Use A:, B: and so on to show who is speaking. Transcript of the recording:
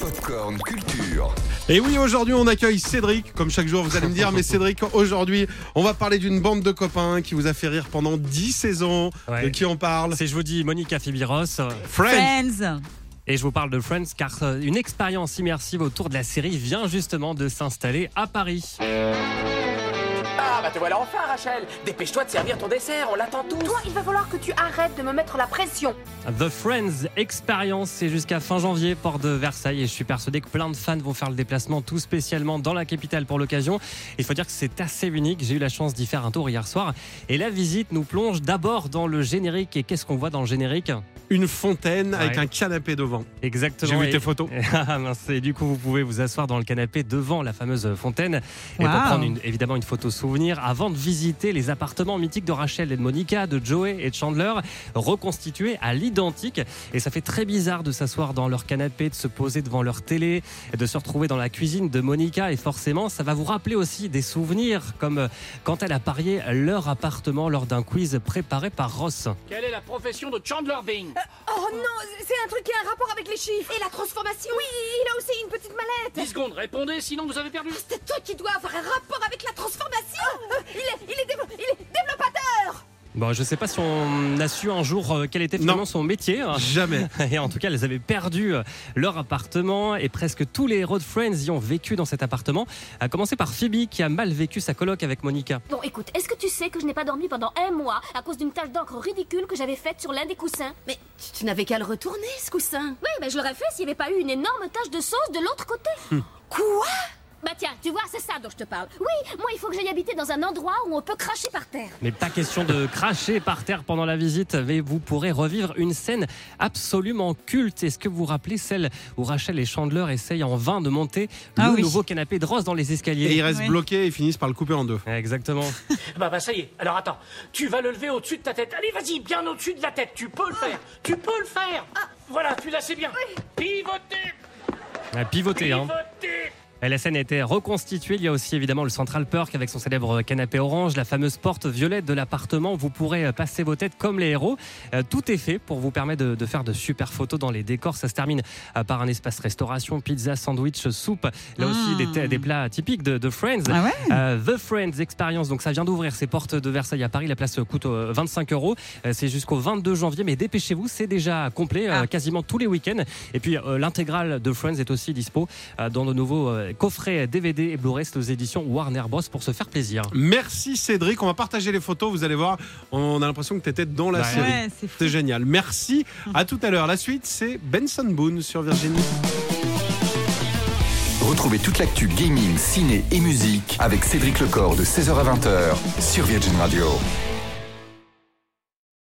A: Popcorn Culture.
B: Et oui, aujourd'hui, on accueille Cédric. Comme chaque jour, vous allez me dire, mais Cédric, aujourd'hui, on va parler d'une bande de copains qui vous a fait rire pendant 10 saisons.
C: Ouais.
B: De qui on parle
C: C'est je vous dis Monica Fibiros euh,
B: Friends
D: Friends.
C: et je vous parle de Friends car euh, une expérience immersive autour de la série vient justement de s'installer à Paris.
E: Ah, bah te voilà enfin, Rachel Dépêche-toi de servir ton dessert, on l'attend tous
F: Toi, il va falloir que tu arrêtes de me mettre la pression.
C: The Friends Experience, c'est jusqu'à fin janvier, port de Versailles. Et je suis persuadé que plein de fans vont faire le déplacement, tout spécialement dans la capitale pour l'occasion. Il faut dire que c'est assez unique. J'ai eu la chance d'y faire un tour hier soir. Et la visite nous plonge d'abord dans le générique. Et qu'est-ce qu'on voit dans le générique
B: Une fontaine avec
C: Ouais.
B: un canapé devant. J'ai
C: Exactement.
B: vu
C: Et-
B: tes photos.
C: Ah mince, et du coup vous pouvez vous asseoir dans le canapé devant la fameuse fontaine et pour
D: Wow.
C: prendre une- évidemment une photo souvenir avant de visiter les appartements mythiques de Rachel et de Monica, de Joey et de Chandler reconstitués à l'identique et ça fait très bizarre de s'asseoir dans leur canapé, de se poser devant leur télé, et de se retrouver dans la cuisine de Monica et forcément ça va vous rappeler aussi des souvenirs comme euh, quand elle a parié leur appartement lors d'un quiz préparé par Ross.
E: Quelle est la profession de Chandler Bing
F: Oh non, c'est un truc qui a un rapport avec les chiffres. Et la transformation. Oui, il a aussi une petite mallette.
E: 10 secondes, répondez, sinon vous avez perdu
F: C'est toi qui dois avoir un rapport avec la transformation. il est, il est, dévo- il est développateur.
C: Bon, je sais pas si on a su un jour euh, quel était
B: Non.
C: finalement son métier. hein.
B: Ah, Jamais.
C: Et en tout cas, elles avaient perdu euh, leur appartement et presque tous les héros de Friends y ont vécu dans cet appartement. À commencer par Phoebe qui a mal vécu sa coloc avec Monica.
G: Bon, écoute, est-ce que tu sais que je n'ai pas dormi pendant un mois à cause d'une tache d'encre ridicule que j'avais faite sur l'un des coussins
F: Mais tu, n'avais qu'à le retourner, ce coussin.
G: Oui, mais je l'aurais fait s'il n'y avait pas eu une énorme tache de sauce de l'autre côté.
F: Quoi
G: Bah tiens, tu vois, c'est ça dont je te parle. Oui, moi, il faut que j'aille habiter dans un endroit où on peut cracher par terre.
C: Mais pas question de cracher par terre pendant la visite, mais vous pourrez revivre une scène absolument culte. Est-ce que vous vous rappelez celle où Rachel et Chandler essayent en vain de monter
D: Ah
C: le
D: oui.
C: nouveau canapé de Ross dans les
B: Et ils
C: escaliers
B: restent
D: Ouais.
B: bloqués et finissent par le couper en deux.
C: Exactement.
E: Bah bah ça y est, alors attends, tu vas le lever au-dessus de ta tête. Allez, vas-y, bien au-dessus de la tête, tu peux le
F: Ah.
E: faire Tu peux le faire Voilà, tu l'as, c'est bien Pivotez
C: À pivoter, hein.
E: Pivotez
C: Et La scène a été reconstituée. Il y a aussi évidemment le Central Perk avec son célèbre canapé orange, la fameuse porte violette de l'appartement. où Vous pourrez euh, passer vos têtes comme les héros. Euh, Tout est fait pour vous permettre de, de faire de super photos dans les décors. Ça se termine euh, par un espace restauration, pizza, sandwich, soupe. Là aussi
D: Ah.
C: des, thè- des plats typiques de, de Friends.
D: Ah ouais
C: Euh, The Friends Experience, donc ça vient d'ouvrir ses portes de Versailles à Paris. La place euh, coûte euh, 25 euros. Euh, C'est jusqu'au 22 janvier, mais dépêchez-vous, c'est déjà complet euh,
D: Ah.
C: quasiment tous les week-ends. Et puis euh, l'intégrale de Friends est aussi dispo euh, dans de nouveaux euh, coffrets DVD et Blu-ray c'est aux éditions Warner Bros pour se faire plaisir.
B: Merci Cédric. On va partager les photos. Vous allez voir, on a l'impression que tu étais dans la
C: Ouais.
B: série.
D: Ouais, c'est fou.
B: C'est génial. Merci. À tout à l'heure. La suite, c'est Benson Boone sur Virginie.
A: Retrouvez toute l'actu gaming, ciné et musique avec Cédric Lecor de 16h à 20h sur Virgin Radio.